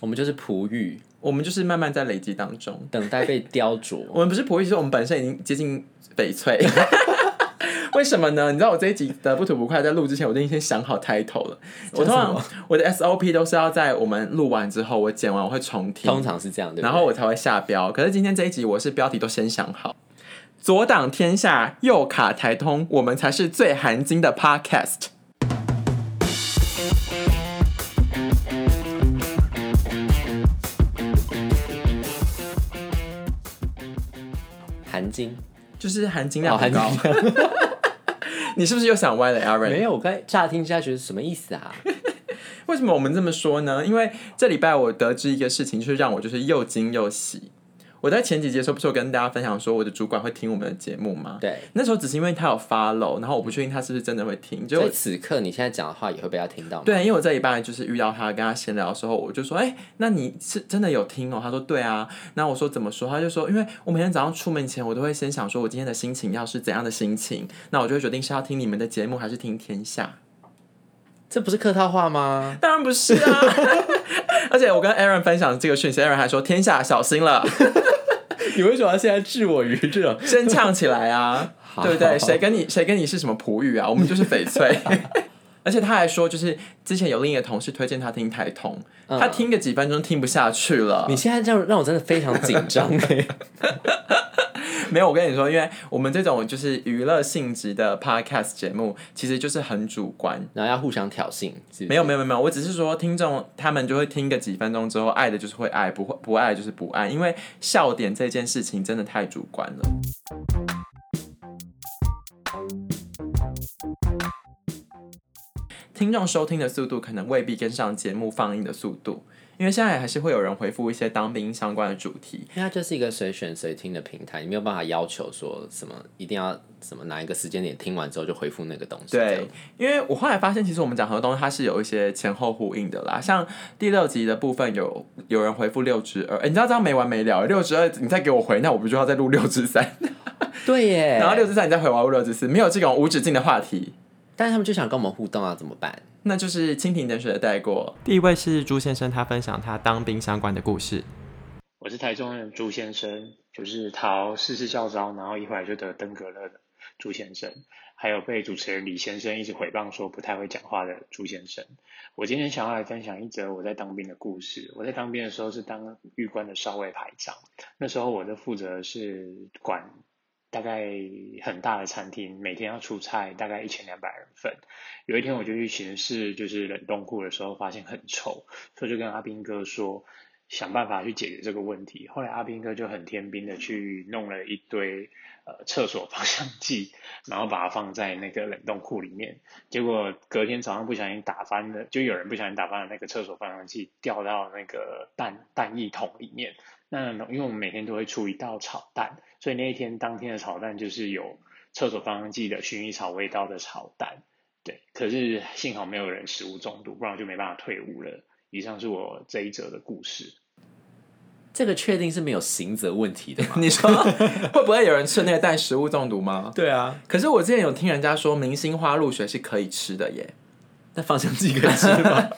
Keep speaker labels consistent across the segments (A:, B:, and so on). A: 我们就是璞玉，
B: 我们就是慢慢在累积当中。
A: 等待被雕琢。
B: 我们不是璞玉，是我们本身已经接近翡翠。 为什么呢？你知道我这一集的不吐不快，在录之前我就已经先想好 title 了。我通常我的 SOP 都是要在我们录完之后，我剪完我会重 听，
A: 通常是这样，对不对
B: 然后我才会下标。可是今天这一集我是标题都先想好，左挡天下，右卡台通，我们才是最含金的 podcast。
A: 含金
B: 就是含金量很
A: 哦
B: 高
A: 含。
B: 你是不是又想歪了 ，Aaron？
A: 没有，我刚才乍听之下觉得什么意思 啊？
B: 为什么我们这么说呢？因为这礼拜我得知一个事情，就是让我就是又惊又喜。我在前几节的时候不是有跟大家分享说我的主管会听我们的节目吗？
A: 对，
B: 那时候只是因为他有 follow，然后我不确定他是不是真的会听，就
A: 所以此刻你现在讲的话也会被他听到吗？
B: 对，因为我这礼拜就是遇到他，跟他闲聊的时候，我就说，哎、那你是真的有听哦？他说对啊。那我说怎么说？他就说，因为我每天早上出门前，我都会先想说我今天的心情要是怎样的心情，那我就会决定是要听你们的节目还是听天下。
A: 这不是客套话吗？
B: 当然不是啊！ 而且我跟 Aaron 分享这个讯息，Aaron 还说天下小心了，
A: 你为什么要现在置我于这种？
B: 先呛起来啊，对不对？谁跟你谁跟你是什么璞玉啊？我们就是翡翠。而且他还说，就是之前有另一个同事推荐他听台通，他听个几分钟听不下去了。
A: 你现在这样让我真的非常紧 张哎！
B: 没有，我跟你说，因为我们这种就是娱乐性质的 podcast 节目，其实就是很主观。
A: 然后要互相挑衅，是不是
B: 没有没有没有没有，我只是说听众他们就会听个几分钟之后，爱的就是会爱，不会不爱就是不爱，因为笑点这件事情真的太主观了。听众收听的速度可能未必跟上节目放映的速度，因为现在还是会有人回复一些当兵相关的主题，
A: 因为它就是一个随选随听的平台，你没有办法要求说什么一定要什么哪一个时间点听完之后就回复那个东西。这样
B: 对，因为我后来发现，其实我们讲很多东西它是有一些前后呼应的啦。像第六集的部分有有人回复六之二，哎，你知道这样没完没了，六之二你再给我回，那我不就要再录六之 三，
A: 对耶。
B: 然后六之三你再回我要录六之四，没有这种无止境的话题。
A: 但是他们就想跟我们互动啊，怎么办？
B: 那就是蜻蜓点水的带过。第一位是朱先生，他分享他当兵相关的故事。
C: 我是台中人朱先生，就是逃四次校招，然后一回来就得登革热的朱先生，还有被主持人李先生一直诽谤说不太会讲话的朱先生。我今天想要来分享一则我在当兵的故事。我在当兵的时候是当狱官的少尉排长，那时候我的负责是管大概很大的餐厅，每天要出差大概一千两百人份。有一天我就去巡视，就是冷冻库的时候，发现很臭，所以就跟阿兵哥说，想办法去解决这个问题。后来阿兵哥就很天兵的去弄了一堆呃厕所芳香剂，然后把它放在那个冷冻库里面。结果隔天早上不小心打翻了，就有人不小心打翻了那个厕所芳香剂，掉到那个蛋蛋液桶里面。那因为我们每天都会出一道炒蛋，所以那一天当天的炒蛋就是有厕所芳香剂的薰衣草味道的炒蛋。对，可是幸好没有人食物中毒，不然我就没办法退伍了。以上是我这一则的故事。
A: 这个确定是没有刑责问题的吗？
B: 你说 会不会有人吃那个蛋食物中毒吗？
A: 对啊，
B: 可是我之前有听人家说，明星花露水是可以吃的耶。
A: 那芳香剂可以吃吗？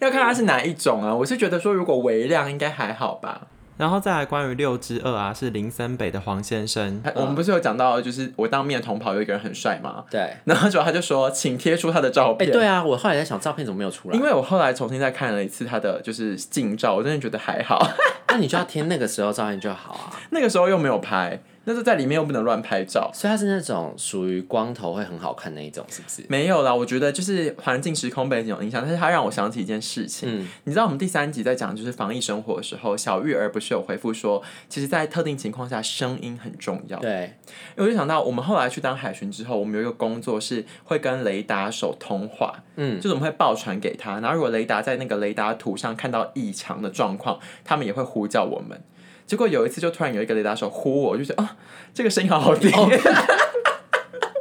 B: 要看它是哪一种啊。我是觉得说，如果微量应该还好吧。然后再来关于六之二啊，是林森北的黄先生，呃我们不是有讲到，就是我当面同跑有一个人很帅吗？
A: 对，
B: 然后结果他就说，请贴出他的照
A: 哎、
B: 片。
A: 对啊，我后来在想照片怎么没有出来
B: 因，为我后来重新再看了一次他的就是近照，我真的觉得还好。
A: 那你就要贴那个时候照片就好啊。
B: 那个时候又没有拍，那是在里面又不能乱拍照。
A: 所以它是那种属于光头会很好看那一种，是不是？
B: 没有啦，我觉得就是环境、时空背景有影响，但是它让我想起一件事情。
A: 嗯
B: 你知道我们第三集在讲就是防疫生活的时候，小玉儿不是有回复说，其实，在特定情况下，声音很重要。
A: 对，
B: 因为我就想到，我们后来去当海巡之后，我们有一个工作是会跟雷达手通话，
A: 嗯，
B: 就是我们会报传给他，然后如果雷达在那个雷达图上看到异常的状况，他们也会呼叫我们。结果有一次，就突然有一个雷达手呼我，我就觉得啊，这个声音好好听。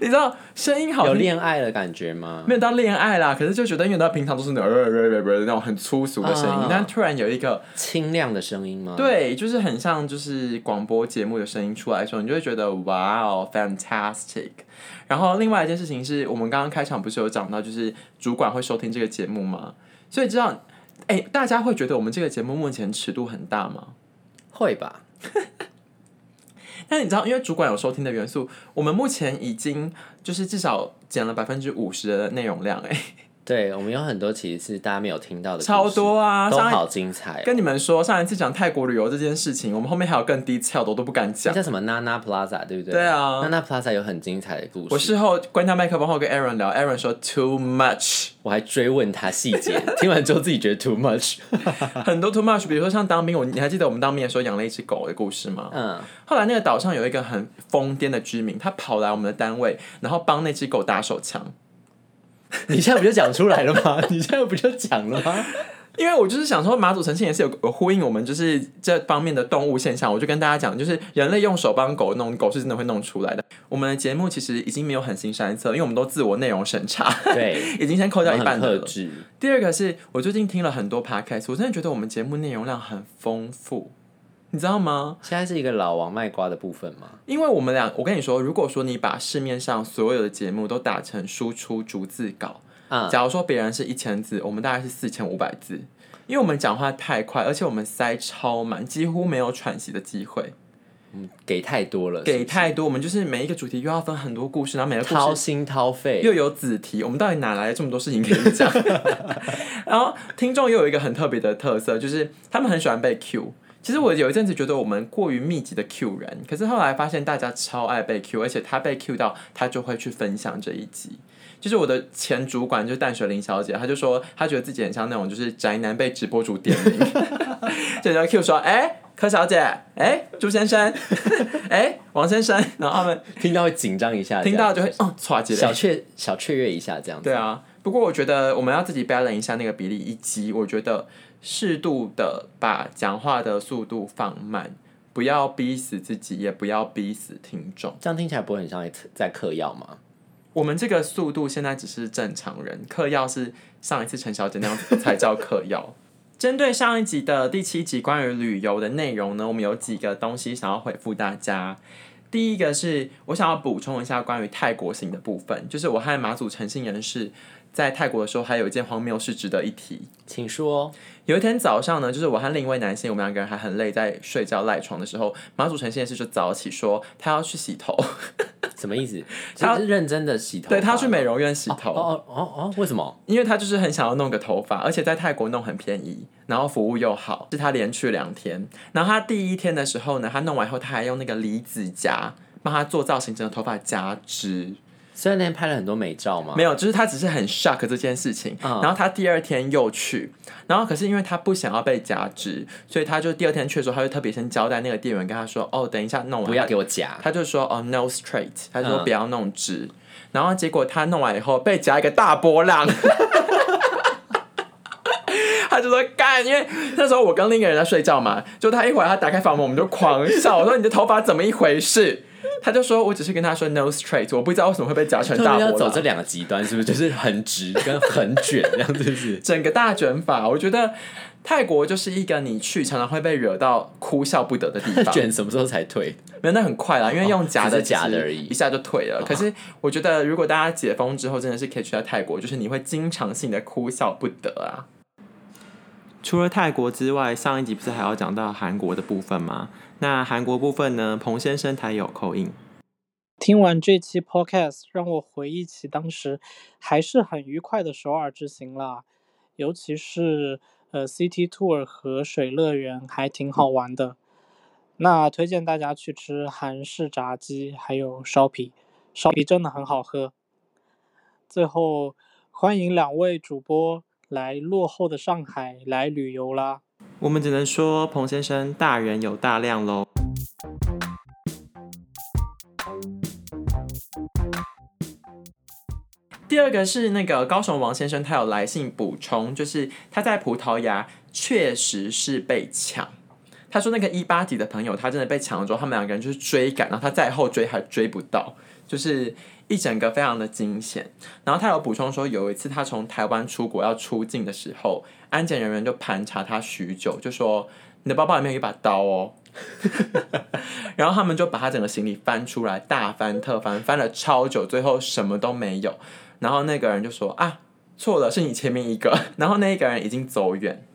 B: 你知道声音好
A: 有
B: 听
A: 恋爱的感觉吗？
B: 没有到恋爱啦，可是就觉得因为他平常都是那种呃那种很粗俗的声音，
A: 啊
B: 但突然有一个
A: 清亮的声音吗？，
B: 对，就是很像就是广播节目的声音出来的时候，你就会觉得哇哦，fantastic。然后另外一件事情是我们刚刚开场不是有讲到，就是主管会收听这个节目吗？所以知道哎、大家会觉得我们这个节目目前尺度很大吗？
A: 会吧？
B: 但你知道，因为主管有收听的元素，我们目前已经就是至少减了百分之五十的内容量、哎，
A: 对，我们有很多其实是大家没有听到的，
B: 超多，啊！
A: 都
B: 上一
A: 好精彩哦。
B: 跟你们说，上一次讲泰国旅游这件事情，我们后面还有更低调的，我都不敢
A: 那
B: 讲。
A: 叫什么 Nana Plaza 对不对？
B: 对啊
A: ，Nana Plaza 有很精彩的故事。
B: 我事后关掉麦克风后跟 Aaron 聊，Aaron 说 too much，
A: 我还追问他细 节，听完之后自己觉得 too much。
B: 很多 too much，比如说像当兵，我你还记得我们当兵的时候养了一只狗的故事吗？
A: 嗯，
B: 后来那个岛上有一个很疯癫的居民，他跑来我们的单位，然后帮那只狗打手枪。
A: 你现在不就讲出来了吗？ 你现在不就讲了吗？
B: 因为我就是想说，马祖神仙也是有有呼应我们就是这方面的动物现象。我就跟大家讲，就是人类用手帮狗弄，狗是真的会弄出来的。我们的节目其实已经没有很新山色，因为我们都自我内容审查，
A: 对，
B: 已经先扣
A: 我
B: 掉
A: 们
B: 一半
A: 很
B: 的
A: 克
B: 了。
A: 制。
B: 第二个是我最近听了很多 podcast，我真的觉得我们节目内容量很丰富，你知道吗？
A: 现在是一个老王卖瓜的部分吗？
B: 因为我们俩，我跟你说，如果说你把市面上所有的节目都打成输出逐字稿，
A: 啊、
B: 假如说别人是一千字，我们大概是四千五百字，因为我们讲话太快，而且我们塞超满，几乎没有喘息的机会，
A: 给太多了，
B: 给太多。我们就是每一个主题又要分很多故事，然后每个故
A: 掏
B: 事
A: 心掏肺。
B: 又有子题，我们到底哪来这么多事情可以讲？ 然后听众又有一个很特别的特色，就是他们很喜欢被 Q。其实我有一阵子觉得我们过于密集的 Q 人，可是后来发现大家超爱被 Q，而且他被 Q 到他就会去分享这一集。就是我的前主管，就是淡水林小姐，她就说她觉得自己很像那种就是宅男被直播主点名， 就人家 Q 说：“哎、柯小姐，哎、朱先生， 哎、王先生。”然后他们
A: 听到会紧张一下，
B: 听到就会
A: 这
B: 嗯，唰起
A: 样
B: 来，
A: 小雀小雀跃一下这样子。
B: 对啊，不过我觉得我们要自己 balance 一下那个比例，以及我觉得适度的把讲话的速度放慢，不要逼死自己，也不要逼死听众。
A: 这样听起来不会很像在嗑药吗？
B: 我们这个速度现在只是正常人，嗑药是上一次陈小姐那样子才叫嗑药。 针对上一集的第七集关于旅游的内容呢，我们有几个东西想要回复大家。第一个是我想要补充一下关于泰国行的部分，就是我和马祖诚信人士在泰国的时候，还有一件荒谬事值得一提。
A: 请说。
B: 有一天早上呢，就是我和另一位男性，我们两个人还很累，在睡觉赖床的时候，马祖诚信人士就早起说他要去洗头，
A: 什么意 思？
B: 他
A: 他是认真的洗头发，
B: 对他要去美容院洗头。
A: 哦哦哦哦，为什么？
B: 因为他就是很想要弄个头发，而且在泰国弄很便宜，然后服务又好，是他连去两天。然后他第一天的时候呢，他弄完后他还用那个离子夹帮他做造型，整个头发夹直。
A: 虽然那天拍了很多美照嘛，
B: 没有，就是他只是很 shock 这件事情。
A: 嗯
B: 然后他第二天又去，然后可是因为他不想要被夹直，所以他就第二天去的时候，他就特别先交代那个店员跟他说：“哦，等一下弄完
A: 不要给我夹，
B: 他就说哦 no straight，他说
A: 嗯
B: 不要弄直，然后结果他弄完以后被夹一个大波浪。 他就说干，因为那时候我跟另一个人在睡觉嘛，就他一会儿他打开房门，我们就狂笑，我说你的头发怎么一回事？他就说我只是跟他说 no straight，我不知道为什么会被夹成
A: 特
B: 大
A: 别
B: 波
A: 要
B: 浪
A: 走这。两个极端，是不是？就是很直跟很卷，这样子 是。
B: 整个大卷发，我觉得泰国就是一个你去常常会被惹到哭笑不得的地 方。
A: 卷什么时候才退？
B: 没有，那很快啦，因为用夹的哦
A: 只是夹的而已
B: 一下就退了。可是我觉得，如果大家解封之后，真的是可以去到泰国，就是你会经常性的哭笑不得啊。除了泰国之外，上一集不是还要讲到韩国的部分吗？那韩国部分呢，彭先生才有口音。
D: 听完这期 podcast，让我回忆起当时还是很愉快的首尔之行啦，尤其是呃 City Tour 和水乐园还挺好玩的。那推荐大家去吃韩式炸鸡，还有烧皮，烧皮真的很好喝。最后，欢迎两位主播来落后的上海来旅游啦！
B: 我们只能说，彭先生大人有大量喽。第二个是那个高雄王先生，他有来信补充，就是他在葡萄牙确实是被抢。他说那个一八级的朋友，他真的被抢了之后，他们两个人就是追赶，然后他在后追还追不到，就是一整个非常的惊险。然后他有补充说，有一次他从台湾出国要出境的时候，安检人员就盘查他许久，就说你的包包里面有一把刀哦。 然后他们就把他整个行李翻出来，大翻特翻，翻了超久，最后什么都没有。然后那个人就说啊，错了，是你前面一个。然后那一个人已经走远，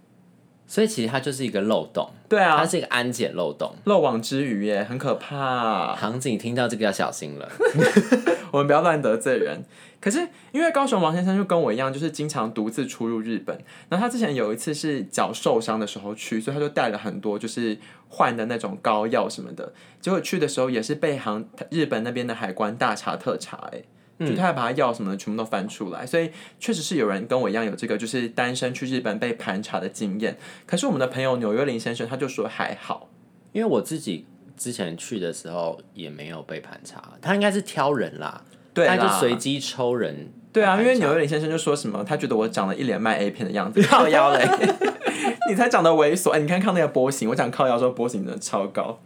A: 所以其实它就是一个漏洞，
B: 对啊
A: 它，是一个安检漏洞。
B: 漏网之鱼耶，很可怕、
A: 航警听到这个要小心了，
B: 我们不要乱得罪人。可是因为高雄王先生就跟我一样，就是经常独自出入日本。然后他之前有一次是脚受伤的时候去，所以他就带了很多就是换的那种膏药什么的。结果去的时候也是被航日本那边的海关大查特查、欸，
A: 嗯
B: 就他还把他药什么的全部都翻出来。所以确实是有人跟我一样有这个就是单身去日本被盘查的经验。可是我们的朋友纽约林先生他就说还好，
A: 因为我自己之前去的时候也没有被盘查，他应该是挑人啦，
B: 对啦
A: 他就随机抽人。
B: 对啊，因为纽约林先生就说什么，他觉得我长得一脸卖 A 片的样子，靠腰嘞， 你才长得猥琐。哎，你看看那个波形，我讲靠腰的时候波形真的超高，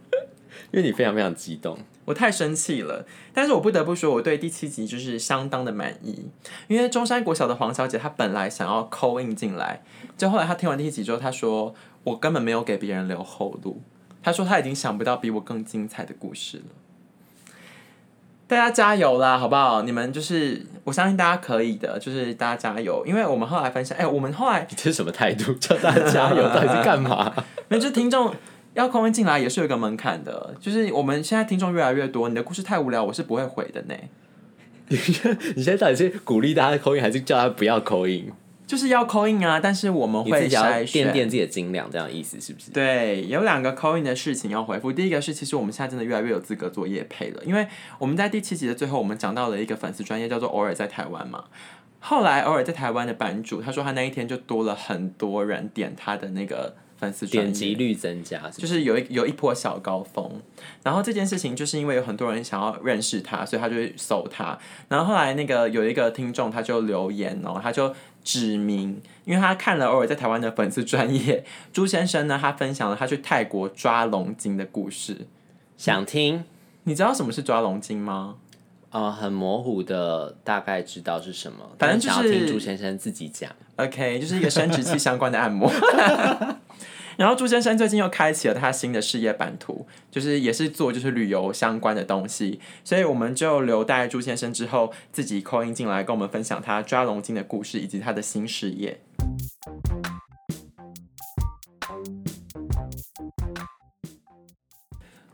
A: 因为你非常非常激动，
B: 我太生气了。但是我不得不说，我对第七集就是相当的满意，因为中山国小的黄小姐她本来想要扣印进来，就后来她听完第一集之后，她说我根本没有给别人留后路，她说她已经想不到比我更精彩的故事了。大家加油啦，好不好？你们就是，我相信大家可以的，就是大家加油。因为我们后来分享，哎、我们后来
A: 你这是什么态度？叫大家加油，到底是干嘛？
B: 那就是听众要空运进来也是有一个门槛的，就是我们现在听众越来越多，你的故事太无聊，我是不会回的呢。
A: 你现在到底是鼓励大家口音，还是叫他不要口音？
B: 就是要扣印啊，但是我们
A: 你
B: 会
A: 自己要
B: 筛选。
A: 掂掂自己的斤两，这样的意思是不是？
B: 对，有两个 call in 的事情要回复。第一个是，其实我们现在真的越来越有资格做业配了，因为我们在第七集的最后，我们讲到了一个粉丝专业叫做“偶尔在台湾”嘛。后来，偶尔在台湾的版主他说，他那一天就多了很多人点他的那个粉丝专业
A: 点击率增加是不是，
B: 就是有一有一波小高峰，然后这件事情就是因为有很多人想要认识他，所以他就会搜他。然后后来那个有一个听众他就留言哦，他就指明，因为他看了偶尔在台湾的粉丝专业朱先生呢，他分享了他去泰国抓龙筋的故事。
A: 想听
B: 你知道什么是抓龙筋吗？
A: 呃，很模糊的大概知道是什么，
B: 反
A: 但
B: 正就是
A: 想要听朱先生自己讲。
B: OK，就是一个生殖器相关的按摩。 然后朱先生最近又开启了他新的事业版图，就是也是做就是旅游相关的东西，所以我们就留待朱先生之后自己扣音进来跟我们分享他抓龙筋的故事以及他的新事业。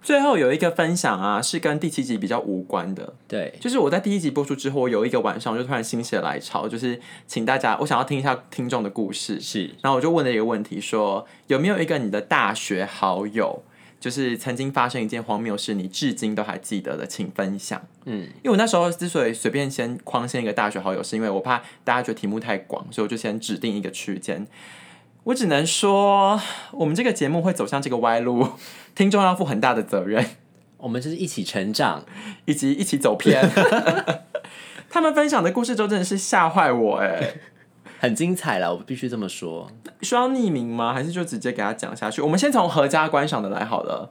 B: 最后有一个分享啊，是跟第七集比较无关的，
A: 对，
B: 就是我在第一集播出之后，我有一个晚上我就突然心血来潮，就是请大家，我想要听一下听众的故事，
A: 是
B: 然后我就问了一个问题说有没有一个你的大学好友，就是曾经发生一件荒谬事，你至今都还记得的，请分享。
A: 嗯，
B: 因为我那时候之所以随便先框限一个大学好友，是因为我怕大家觉得题目太广，所以我就先指定一个区间。我只能说，我们这个节目会走向这个歪路， 听众要负很大的责任。
A: 我们就是一起成长，
B: 以及一起走偏。 他们分享的故事都真的是吓坏我哎、
A: 很精彩了，我必须这么说。
B: 需要匿名吗？还是就直接给他讲下去？我们先从合家观赏的来好了。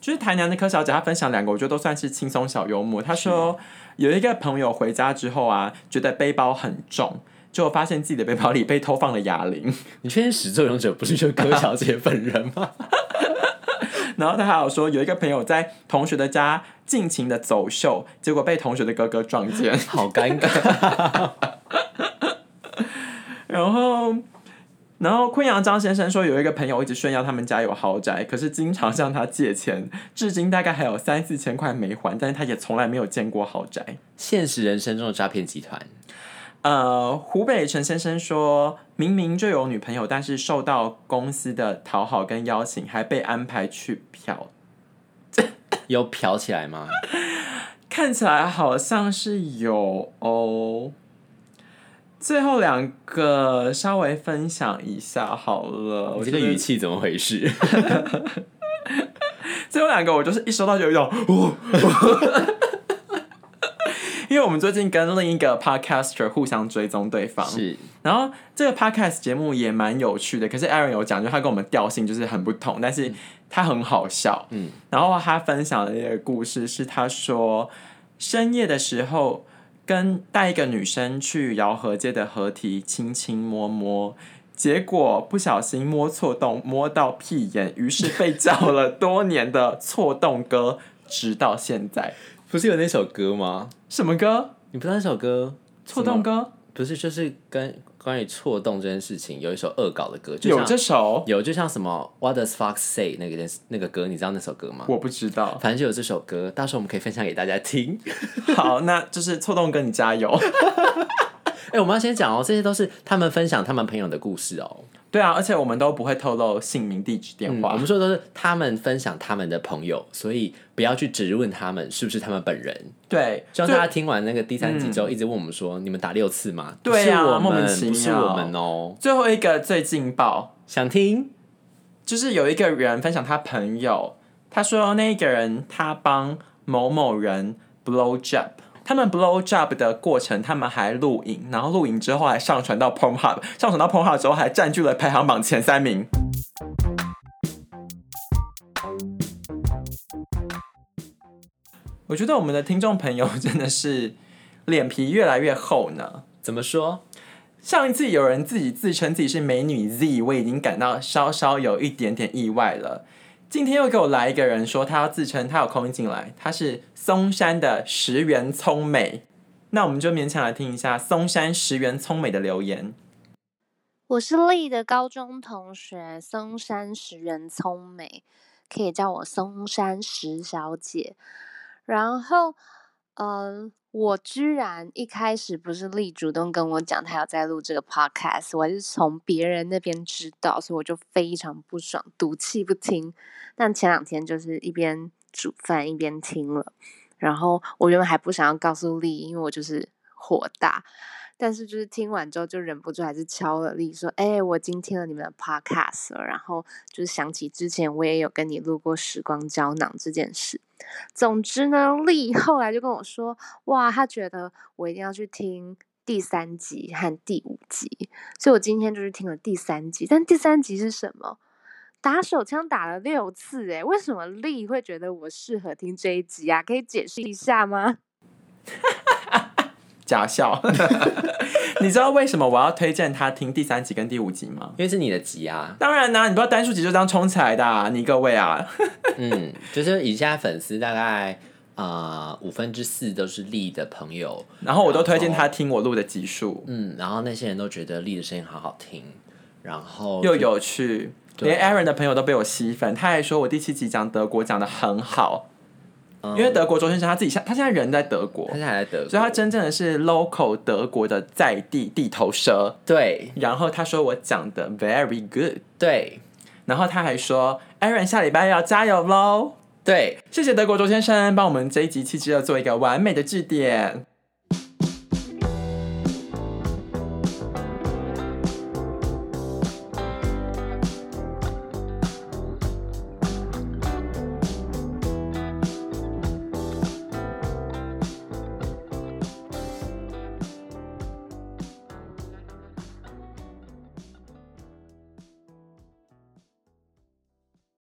B: 就是台南的柯小姐，她分享两个，我觉得都算是轻松小幽默。她说有一个朋友回家之后啊，觉得背包很重，就发现自己的背包里被偷放了哑铃。
A: 你确定始作俑者不是就是柯小姐本人吗？
B: 然后他还有说，有一个朋友在同学的家尽情的走秀，结果被同学的哥哥撞 见。
A: 好尴尬，
B: 然后，然后昆阳张先生说，有一个朋友一直炫耀他们家有豪宅，可是经常向他借钱，至今大概还有三四千块没还，但是他也从来没有见过豪宅。
A: 现实人生中的诈骗集团，
B: 呃，湖北陈先生说明明就有女朋友，但是受到公司的讨好跟邀请，还被安排去嫖，
A: 有飘起来吗？
B: 看起来好像是有哦。最后两个稍微分享一下好了，
A: 我
B: 我
A: 这
B: 觉
A: 个
B: 得
A: 语气怎么回事？
B: 最后两个我就是一收到就有一种，哦 因为我们最近跟另一个 podcaster 互相追踪对 方，
A: 是
B: 然后这个 podcast 节目也蛮有趣的，可是 Aaron 有讲，就他跟我们调性就是很不同，但是他很好笑。
A: 嗯，
B: 然后他分享的一个故事是，他说深夜的时候跟带一个女生去饶河街的河堤亲亲摸摸，结果不小心摸错洞，摸到屁眼，于是被叫了多年的错洞哥，直到现在。
A: 不是有那首歌吗？
B: 什么歌？
A: 你不知道那首歌？
B: 错洞
A: 什么
B: 哥？
A: 不是就是跟关于错动这件事情，有一首恶搞的歌，就
B: 有
A: 像
B: 这首
A: 有就像什么 What Does Fox Say 那个件事那个歌，你知道那首歌吗？
B: 我不知道。
A: 反正就有这首歌，到时候我们可以分享给大家听。
B: 好，那就是错动哥，你加油。
A: 哎、我们要先讲哦，这些都是他们分享他们朋友的故事哦。
B: 对啊，而且我们都不会透露姓名、地址、电
A: 嗯，
B: 话。
A: 我们说的都是他们分享他们的朋友，所以不要去质问他们是不是他们本人。嗯
B: 对，
A: 希望
B: 就
A: 大家听完那个第三集之后，一直问我们说：“你们打六次 吗？”
B: 对啊
A: 不是我
B: 莫名
A: 们
B: 其
A: 不是
B: 妙
A: 我们哦。
B: 最后一个最劲爆，
A: 想听？
B: 就是有一个人分享他朋友，他说那个人他帮某某人 blow job。他们 blow job 的过程，他们还录影，然后录影之后还上传到 Pornhub，上传到 Pornhub 之后还占据了排行榜前三名。我觉得我们的听众朋友真的是脸皮越来越厚呢。
A: 怎么说？
B: 上一次有人自己自称自己是美女 Z，我已经感到稍稍有一点点意外了。今天又给我来一个人说他要自称他有空进来，他是松山的石原聪美。那我们就勉强来听一下松山石原聪美的留言。
E: 我是丽的高中同学松山石原聪美，可以叫我松山石小姐。然后，呃，我居然一开始不是丽主动跟我讲她有在录这个 podcast，我是从别人那边知道，所以我就非常不爽，赌气不听。但前两天就是一边煮饭一边听了，然后我原本还不想要告诉丽，因为我就是火大，但是就是听完之后就忍不住还是敲了丽说：“哎、我已经听了你们的 podcast 了。”然后就是想起之前我也有跟你录过时光胶囊这件事。总之呢，丽后来就跟我说：“哇，她觉得我一定要去听。”第三集和第五集，所以我今天就是听了第三集。但第三集是什么？打手枪打了六次、欸，为什么丽会觉得我适合听这一集啊？可以解释一下吗？
B: 假笑， 你知道为什么我要推荐他听第三集跟第五集吗？。
A: 因为是你的集啊
B: 当然啦、你不要单数集就这样冲起来的、啊，你各位啊，
A: 嗯，就是以下粉丝大概啊五分之四都是丽的朋友，
B: 然后我都推荐他听我录的集数。
A: 嗯，然后那些人都觉得丽的声音好好听，然后就
B: 又有趣，
A: 对
B: 连 Aaron 的朋友都被我吸粉，他还说我第七集讲德国讲的很好，
A: 嗯
B: 因为德国周先生他自己现他现在人在德国
A: 他，现在还在德国，
B: 所以他真正的是 local 德国的在地地头蛇。
A: 对
B: 然后他说我讲的 very good，
A: 对
B: 然后他还说 Aaron 下礼拜要加油喽，
A: 对，
B: 谢谢德国周先生帮我们这一集气质要做一个完美的句点。